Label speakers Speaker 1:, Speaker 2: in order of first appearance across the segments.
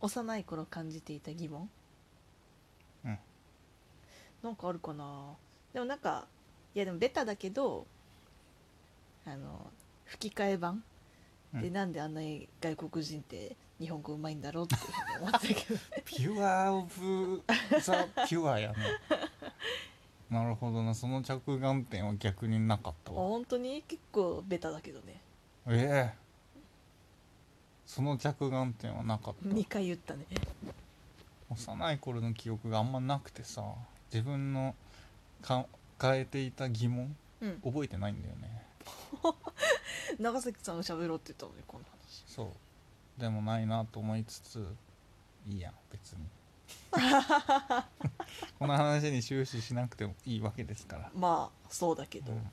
Speaker 1: 幼い頃感じていた疑問
Speaker 2: うん
Speaker 1: なんかあるかなでもなんかいやでもベタだけどあの吹き替え版
Speaker 2: うん
Speaker 1: でなんであんなに外国人って日本語うまいんだろうっていうふうに思ったけ ど
Speaker 2: ピュア・オブ・ザ・ピュアやねなるほどなその着眼点は逆になかった
Speaker 1: あ
Speaker 2: わ
Speaker 1: 本当に結構ベタだけどね
Speaker 2: ええその着眼点はなかった
Speaker 1: 2回言ったね
Speaker 2: 幼い頃の記憶があんまなくてさ自分のか抱えていた疑問
Speaker 1: うん
Speaker 2: 覚えてないんだよね
Speaker 1: 長崎さんが喋ろうって言ったのにこの話
Speaker 2: そうでもないなと思いつついいやん別にこの話に終始しなくてもいいわけですから、
Speaker 1: まあそうだけど、
Speaker 2: うん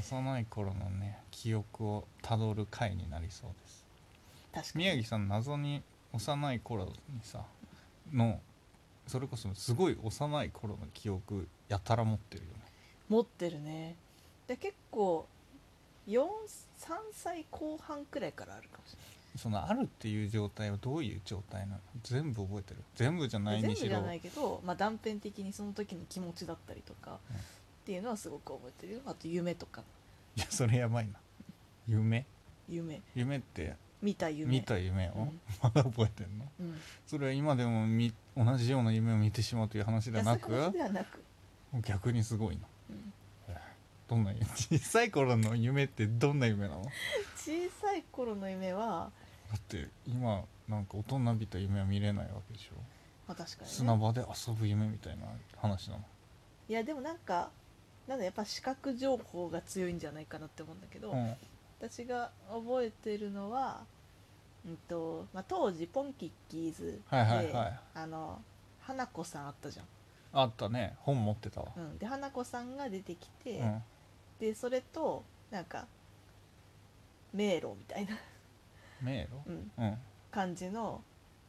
Speaker 2: 幼い頃のね記憶をたどる回になりそうです
Speaker 1: 確かに
Speaker 2: 宮城さん謎に幼い頃にさのそれこそすごい幼い頃の記憶やたら持ってるよね
Speaker 1: 持ってるねで結構43歳後半くらいからあるかもし
Speaker 2: そのあるっていう状態はどういう状態なの全部覚えてる全部じゃ
Speaker 1: れ
Speaker 2: な
Speaker 1: ない
Speaker 2: い
Speaker 1: 全部
Speaker 2: にし
Speaker 1: じ
Speaker 2: ろ
Speaker 1: ゃないけど、まあ、断片的にその時の気持ちだったりとか
Speaker 2: うん
Speaker 1: っていうのはすごく覚えてるよあと夢とか
Speaker 2: いやそれやばいな夢
Speaker 1: 夢
Speaker 2: 夢って
Speaker 1: 見た夢
Speaker 2: 見た夢を、
Speaker 1: うん
Speaker 2: まだ覚えてんの
Speaker 1: うん、い
Speaker 2: それは今でもみ同じような夢を見てしまうという話で
Speaker 1: や
Speaker 2: は
Speaker 1: そう
Speaker 2: な
Speaker 1: いう話
Speaker 2: く
Speaker 1: ではなく、
Speaker 2: 逆にすごいな
Speaker 1: うん
Speaker 2: どんな夢小さい頃の夢ってどんな夢なのだ
Speaker 1: 小さい頃の夢は、
Speaker 2: って今なんか大人びた夢は見れないわけでしょ、
Speaker 1: まあ、確かに、
Speaker 2: 砂
Speaker 1: ね、
Speaker 2: 場で遊ぶ夢みたいな話なの
Speaker 1: いやでもなんかなんだやっぱ視覚情報が強いんじゃないかなって思うんだけど、
Speaker 2: うん
Speaker 1: 私が覚えてるのは、うんとまあ、当時ポンキッキーズで、
Speaker 2: はいはいはい
Speaker 1: あの花子さんあったじ
Speaker 2: あったね本持ってたわ、
Speaker 1: ゃん、うん、で花子さんが出てきて、
Speaker 2: うん
Speaker 1: でそれとなんか迷路みたいな、
Speaker 2: 迷
Speaker 1: う
Speaker 2: 路
Speaker 1: ん、
Speaker 2: うん
Speaker 1: 感じの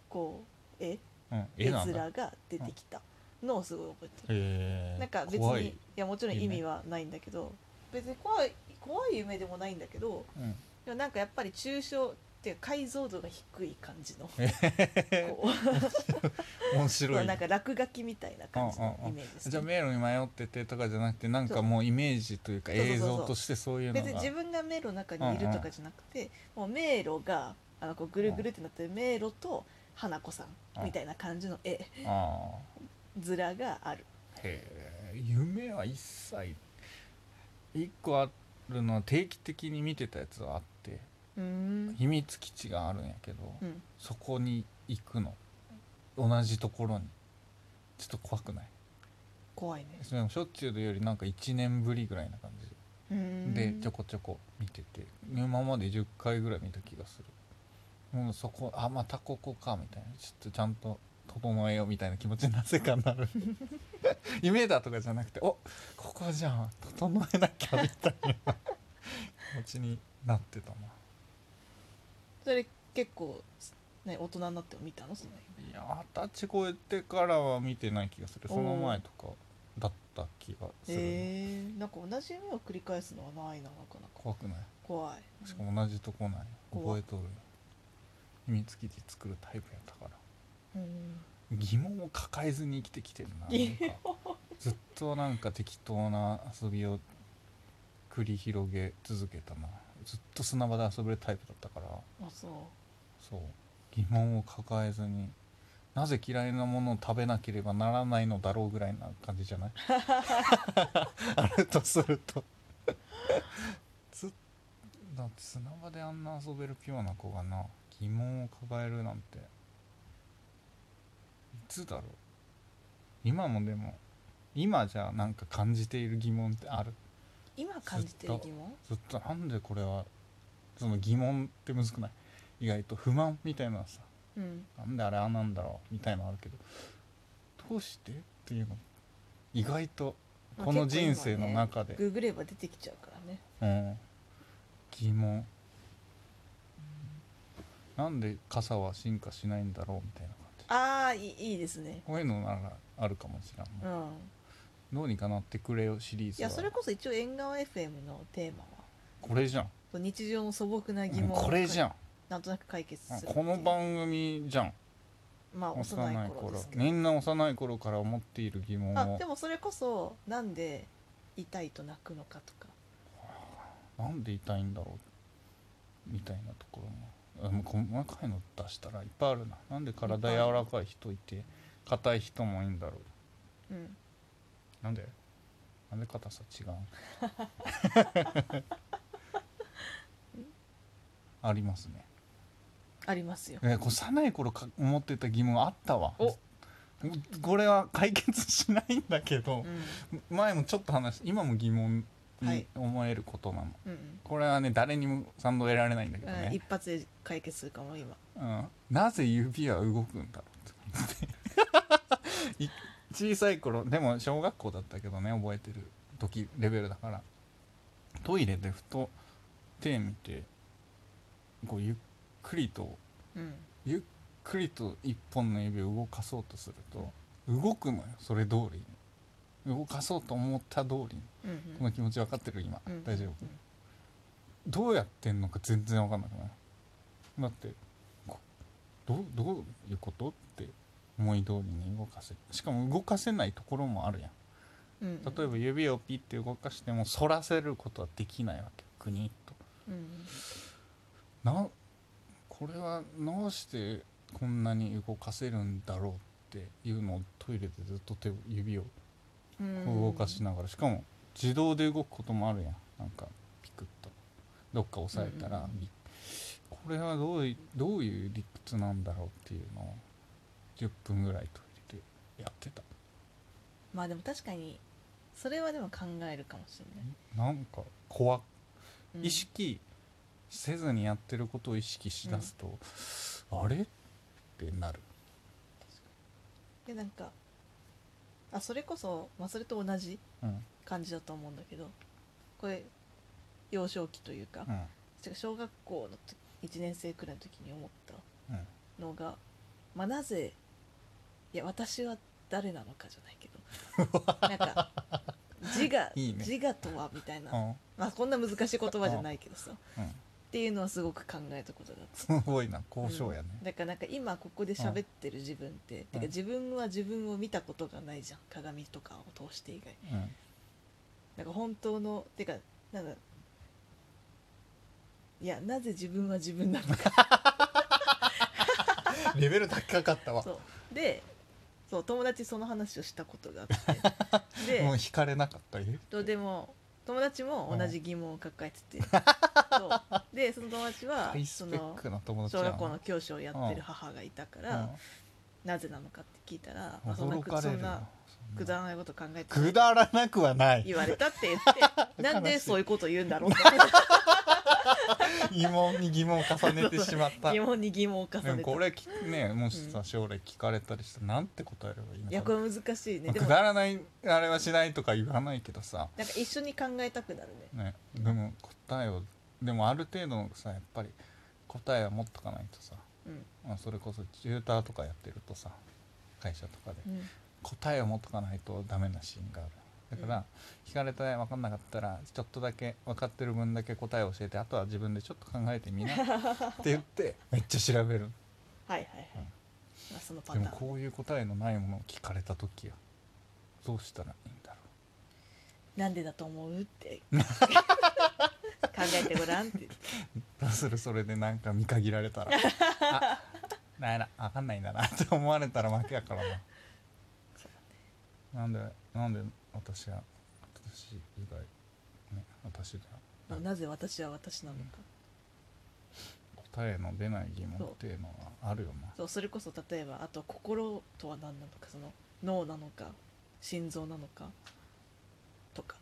Speaker 1: こう絵
Speaker 2: うん
Speaker 1: 絵
Speaker 2: 絵なんだ
Speaker 1: 面が出てきたのをすごい覚えてる、
Speaker 2: へえ
Speaker 1: なんか別に
Speaker 2: 怖
Speaker 1: い
Speaker 2: い、
Speaker 1: やもちろん意味はないんだけど別に怖い怖い夢でもないんだけど
Speaker 2: うん、
Speaker 1: でもなんかやっぱり抽象っていうか解像度が低い感じの こうそ
Speaker 2: 面
Speaker 1: う
Speaker 2: 白い
Speaker 1: なんか落書きみたいな感じの
Speaker 2: う
Speaker 1: イ
Speaker 2: んうん
Speaker 1: メージです、
Speaker 2: じゃあ
Speaker 1: ね、
Speaker 2: 迷路に迷っててとかじゃなくてなん
Speaker 1: そ
Speaker 2: か
Speaker 1: う
Speaker 2: もうイメージというか
Speaker 1: そうそうそう
Speaker 2: 映像としてそういうの
Speaker 1: 別に
Speaker 2: が
Speaker 1: 自分が迷路の中にいるとかじゃなくて、もう迷路があのこうぐるぐるってなってる迷路と花子さんみたいな感じの絵
Speaker 2: あ
Speaker 1: 面がある
Speaker 2: あへえ夢は一切一個あるのは定期的に見てたやつはあって
Speaker 1: うーん
Speaker 2: 秘密基地があるんやけど、
Speaker 1: うん
Speaker 2: そこに行くの同じところにちょっと怖くない
Speaker 1: 怖いね
Speaker 2: それもしょっちゅうというよりなんか1年ぶりぐらいな感じ
Speaker 1: うーん
Speaker 2: でちょこちょこ見てて今まで10回ぐらい見た気がするもうそこあまたここかみたいなちょっとちゃんと整えようみたいな気持ちになぜか なる夢だとかじゃなくておここじゃん整えなきゃみたいな気持ちになってたな
Speaker 1: それ結構、ね、大人になっても見たのその
Speaker 2: いや二十歳超えてからは見てない気がするその前とかだった気がす
Speaker 1: 絵
Speaker 2: る、
Speaker 1: へえなんか同じ夢を繰り返すのはないななかなか
Speaker 2: 怖くない
Speaker 1: 怖い
Speaker 2: しかも同じとこない
Speaker 1: 怖
Speaker 2: 覚
Speaker 1: い
Speaker 2: えとる秘密基地作るタイプやったから
Speaker 1: うん
Speaker 2: 疑問を抱えずに生きてきてるな
Speaker 1: 疑問
Speaker 2: なんかずっとなんか適当な遊びを繰り広げ続けたなずっと砂場で遊べるタイプだったから
Speaker 1: あそう
Speaker 2: そう疑問を抱えずになぜ嫌いなものを食べなければならないのだろうぐらいな感じじゃない あるとすると ずっだって砂場であんな遊べるピュアな子がな疑問を抱えるなんていつだろう今もでも今じゃなんか感じている疑問ってある
Speaker 1: 今感じてる疑問
Speaker 2: ずっとなんでこれはその疑問ってむずくない意外と不満みたいなさ
Speaker 1: うん
Speaker 2: なんであれあんなんだろうみたいなのあるけどどうしてっていうの意外と
Speaker 1: まあ
Speaker 2: この人生の中で、
Speaker 1: ググれば出てきちゃうからね
Speaker 2: うん、疑問なんで傘は進化しないんだろうみたいな感じ
Speaker 1: ああいいいいですね
Speaker 2: こういうのならあるかもしれん
Speaker 1: う
Speaker 2: な、
Speaker 1: ん
Speaker 2: どうにかなってくれよシリー
Speaker 1: い
Speaker 2: ズ
Speaker 1: や
Speaker 2: は
Speaker 1: それこそ一応縁側 FM のテーマは
Speaker 2: これじゃん
Speaker 1: そう日常の素朴な疑
Speaker 2: うん
Speaker 1: 問を
Speaker 2: これじゃん
Speaker 1: なんとなく解決する
Speaker 2: この番組じゃん
Speaker 1: まあ幼
Speaker 2: 幼
Speaker 1: い
Speaker 2: い
Speaker 1: 頃
Speaker 2: 頃
Speaker 1: ですけど
Speaker 2: みんな幼い頃から思っている疑問
Speaker 1: あ
Speaker 2: を
Speaker 1: でもそれこそなんで痛いと泣くのかとか
Speaker 2: なんで痛いんだろうみたいなところもあもうこ細かいの出したらいっぱいあるななんで体柔らかい人いて硬い人もいいんだろう
Speaker 1: うん
Speaker 2: なんでなんで硬さ違うん ありますね
Speaker 1: ありますよ
Speaker 2: えこう幼い頃か思ってた疑問あったわ
Speaker 1: お
Speaker 2: これは解決しないんだけ
Speaker 1: う
Speaker 2: ど
Speaker 1: ん、
Speaker 2: 前もちょっと話し今も疑問
Speaker 1: はい
Speaker 2: に思えることなの、
Speaker 1: うん
Speaker 2: これはね誰にも賛同得られないんだけ
Speaker 1: う
Speaker 2: ど
Speaker 1: ん、一
Speaker 2: ね、
Speaker 1: 発で解決するかも今
Speaker 2: うん、なぜ指は動くんだろうって い小さい頃でも小学校だったけどね覚えてる時レベルだからトイレでふと手見てこうゆっくりと
Speaker 1: うん
Speaker 2: ゆっくりと一本の指を動かそうとすると動くのよそれ通りに動かそうと思った通りに
Speaker 1: うん
Speaker 2: この気持ち分かってる今、
Speaker 1: うん
Speaker 2: 大丈夫
Speaker 1: うん
Speaker 2: どうやってんのか全然分かんなくなるだってこどうどういうことって思い通りに動かせるしかも動かせないところもあるやん
Speaker 1: うん
Speaker 2: 例えば指をピッて動かしても反らせることはできないわけグニッと
Speaker 1: うん
Speaker 2: なこれはどうしてこんなに動かせるんだろうっていうのをトイレでずっと手を指を
Speaker 1: うん
Speaker 2: 動かしながら、しかも自動で動くこともあるやんなんかピクッとどっか押さえた
Speaker 1: うん
Speaker 2: ら、
Speaker 1: うんうん
Speaker 2: ビッこれはどういどういう理屈なんだろうっていうのを10分ぐらいトイレでやってた
Speaker 1: まあでも確かにそれはでも考えるかもしれない、
Speaker 2: なんか怖っ
Speaker 1: うん
Speaker 2: 意識せずにやってることを意識しだすと、あれってなる
Speaker 1: でなんかあそれこそ、まあ、それと同じ
Speaker 2: うん
Speaker 1: 感じだと思うんだけどこれ幼少期というか
Speaker 2: う、ん
Speaker 1: 違う小学校の時1年生くらいの時に思った
Speaker 2: うん
Speaker 1: のが、まあ、なぜいや私は誰なのかじゃないけ どなんか自我
Speaker 2: いいね
Speaker 1: 自我とはみたいな、
Speaker 2: うん
Speaker 1: まあ、こんな難しい言葉じゃないけどさっ
Speaker 2: うん
Speaker 1: ていうのはすごく考えたことだった
Speaker 2: すごいな交渉やね、
Speaker 1: うんだからなんか今ここで喋ってる自分って、て
Speaker 2: うん
Speaker 1: か自分は自分を見たことがないじゃん鏡とかを通して以外
Speaker 2: うん
Speaker 1: なんか本当のてかなんかいやなぜ自分は自分なのか
Speaker 2: レベル高か ったわも
Speaker 1: そうでそう友達にその話をしたことがあって
Speaker 2: う
Speaker 1: で
Speaker 2: 引かれなかったえ
Speaker 1: とでも友達も同じ疑問を抱え てて、そうでその友達は
Speaker 2: ハイ
Speaker 1: そ
Speaker 2: スペッ
Speaker 1: の
Speaker 2: クな友達
Speaker 1: 小
Speaker 2: やな
Speaker 1: 学校の教師をやってる母がいたから、
Speaker 2: う
Speaker 1: なぜなのかって聞いたら、
Speaker 2: ん
Speaker 1: まあそんな
Speaker 2: 驚か
Speaker 1: そ
Speaker 2: れ
Speaker 1: ん
Speaker 2: るよ
Speaker 1: なくだらないこと考えて
Speaker 2: くだらなくはない
Speaker 1: 言われたって言ってなんでそういうこと言うんだろうって
Speaker 2: 疑問に疑問を重ねてしまった
Speaker 1: 疑問に疑問を重
Speaker 2: で
Speaker 1: ね
Speaker 2: も
Speaker 1: て
Speaker 2: これきねもしさ将来聞かれたりしたらなんて答えればいいの
Speaker 1: いや
Speaker 2: か
Speaker 1: これ難しいね
Speaker 2: まあ
Speaker 1: で
Speaker 2: く
Speaker 1: も
Speaker 2: だらないあれはしないとか言わないけどさ
Speaker 1: なんか一緒に考えたくなるね
Speaker 2: ねでも答えをでもある程度のさやっぱり答えは持っとかないとさ
Speaker 1: うん
Speaker 2: まあそれこそチューターとかやってるとさ会社とかで
Speaker 1: うん
Speaker 2: 答えを持っとかないとダメなシーンがあるだから、
Speaker 1: うん
Speaker 2: 聞かれて分かんなかったらちょっとだけ分かってる分だけ答えを教えてあとは自分でちょっと考えて みなって言ってめっちゃ調べる
Speaker 1: はいはいはい、
Speaker 2: うん
Speaker 1: まあ、そのパ
Speaker 2: で
Speaker 1: タ
Speaker 2: も
Speaker 1: ーン
Speaker 2: こういう答えのないものを聞かれた時はどうしたらいいんだろ
Speaker 1: なんでだと思うって 考えてごらんって
Speaker 2: うどうするそれでなんか見限られ たらあなんやな分かんないんだなって思われたら負けやからな
Speaker 1: そう
Speaker 2: なんでなんで私は私以外ね私が
Speaker 1: だ ねなぜ私は私なのか
Speaker 2: 答えの出ない疑問っていうのはあるよな
Speaker 1: そうそれこそ例えばあとは心とは何なのかその脳なのか心臓なのかとか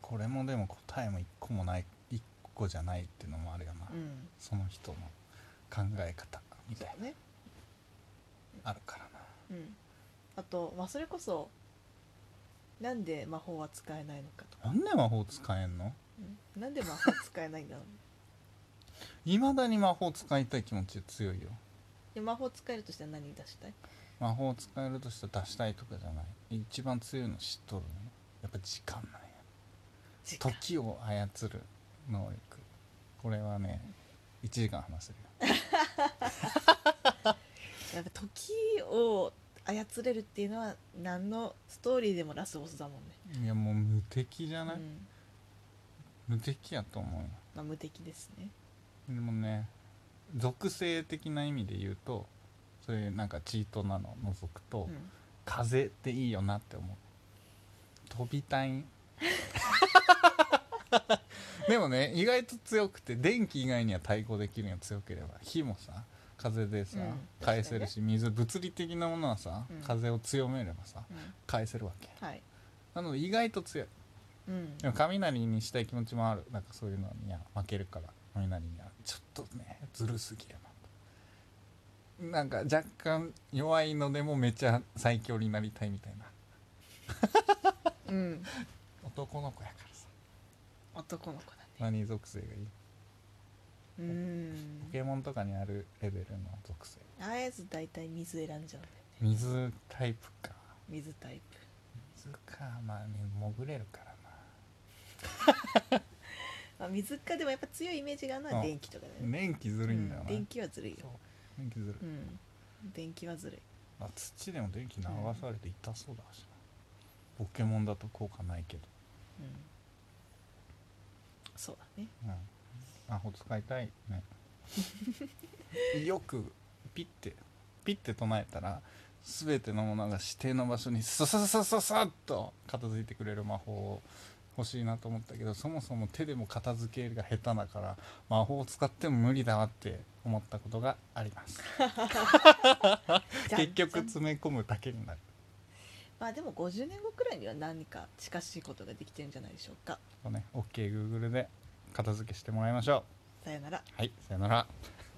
Speaker 2: これもでも答えも一個もない一個じゃないっていうのもあるよな、
Speaker 1: うん
Speaker 2: その人の考え方みたい
Speaker 1: ね
Speaker 2: なあるからな
Speaker 1: うん、あと、まあ、それこそなんで魔法は使えないのかとか、
Speaker 2: なんで魔法使えんの
Speaker 1: うんなんで魔法使えないん だろう
Speaker 2: いまだに魔法使いたい気持ち強いよ
Speaker 1: で魔法使えるとしたら何出したい
Speaker 2: 魔法使えるとしたら出したいとかじゃない一番強いの知っとるのやっぱ時間なんや
Speaker 1: 時間
Speaker 2: 時を操る能力これはね1時間話せるよ
Speaker 1: やっぱ時を操れるっていうのは何のストーリーでもラスボスだもんね、
Speaker 2: いやもう無敵じゃ
Speaker 1: う
Speaker 2: ない、
Speaker 1: ん
Speaker 2: 無敵やと思うよ
Speaker 1: まあ、無敵ですね
Speaker 2: でもね属性的な意味で言うとそういうなんかチートなの除くと、
Speaker 1: うん
Speaker 2: 風っていいよなって思う飛び たいでもね意外と強くて電気以外には対抗できるには強ければ火もさ風でさ、
Speaker 1: うん
Speaker 2: 返せるし水物理的なものはさ、
Speaker 1: うん
Speaker 2: 風を強めればさ
Speaker 1: うん
Speaker 2: 返せるわけ
Speaker 1: はい、
Speaker 2: なので意外と強い
Speaker 1: うん
Speaker 2: でも雷にしたい気持ちもあるなんかそういうのには負けるから雷にはちょっとねずるすぎるなとなんか若干弱いのでもめちゃ最強になりたいみたいな
Speaker 1: うん、
Speaker 2: 男の子やからさ
Speaker 1: 男の子だね
Speaker 2: 何属性がいい
Speaker 1: うん
Speaker 2: ポケモンとかにあるレベルの属性
Speaker 1: ああいうやつ大体水選んじゃうんだよね
Speaker 2: 水タイプか
Speaker 1: 水タイプ
Speaker 2: 水かまあね潜れるから
Speaker 1: まあ、水かでもやっぱ強いイメージがあるのは
Speaker 2: うん
Speaker 1: 電気とかだよね、
Speaker 2: な電気ずるいんだよ
Speaker 1: う
Speaker 2: な、
Speaker 1: 電気はずるいよ
Speaker 2: そう電気ずるい、
Speaker 1: うん電気はずるい
Speaker 2: あ土でも電気流されて痛そうだしなポケモンだと効果ないけど
Speaker 1: うんそうだね
Speaker 2: うん、アホ使いたいねよくピッてピッて唱えたら全てのものが指定の場所にさささささっと片付いてくれる魔法を欲しいなと思ったけどそもそも手でも片付けが下手だから魔法を使っても無理だわって思ったことがあります
Speaker 1: じゃん
Speaker 2: 結局
Speaker 1: じゃん
Speaker 2: 詰め込むだけになる
Speaker 1: まあでも50年後くらいには何か近しいことができてるんじゃないでしょうか
Speaker 2: そうね OKGoogle で片付けしてもらいましょ
Speaker 1: さよなら
Speaker 2: うはいさよなら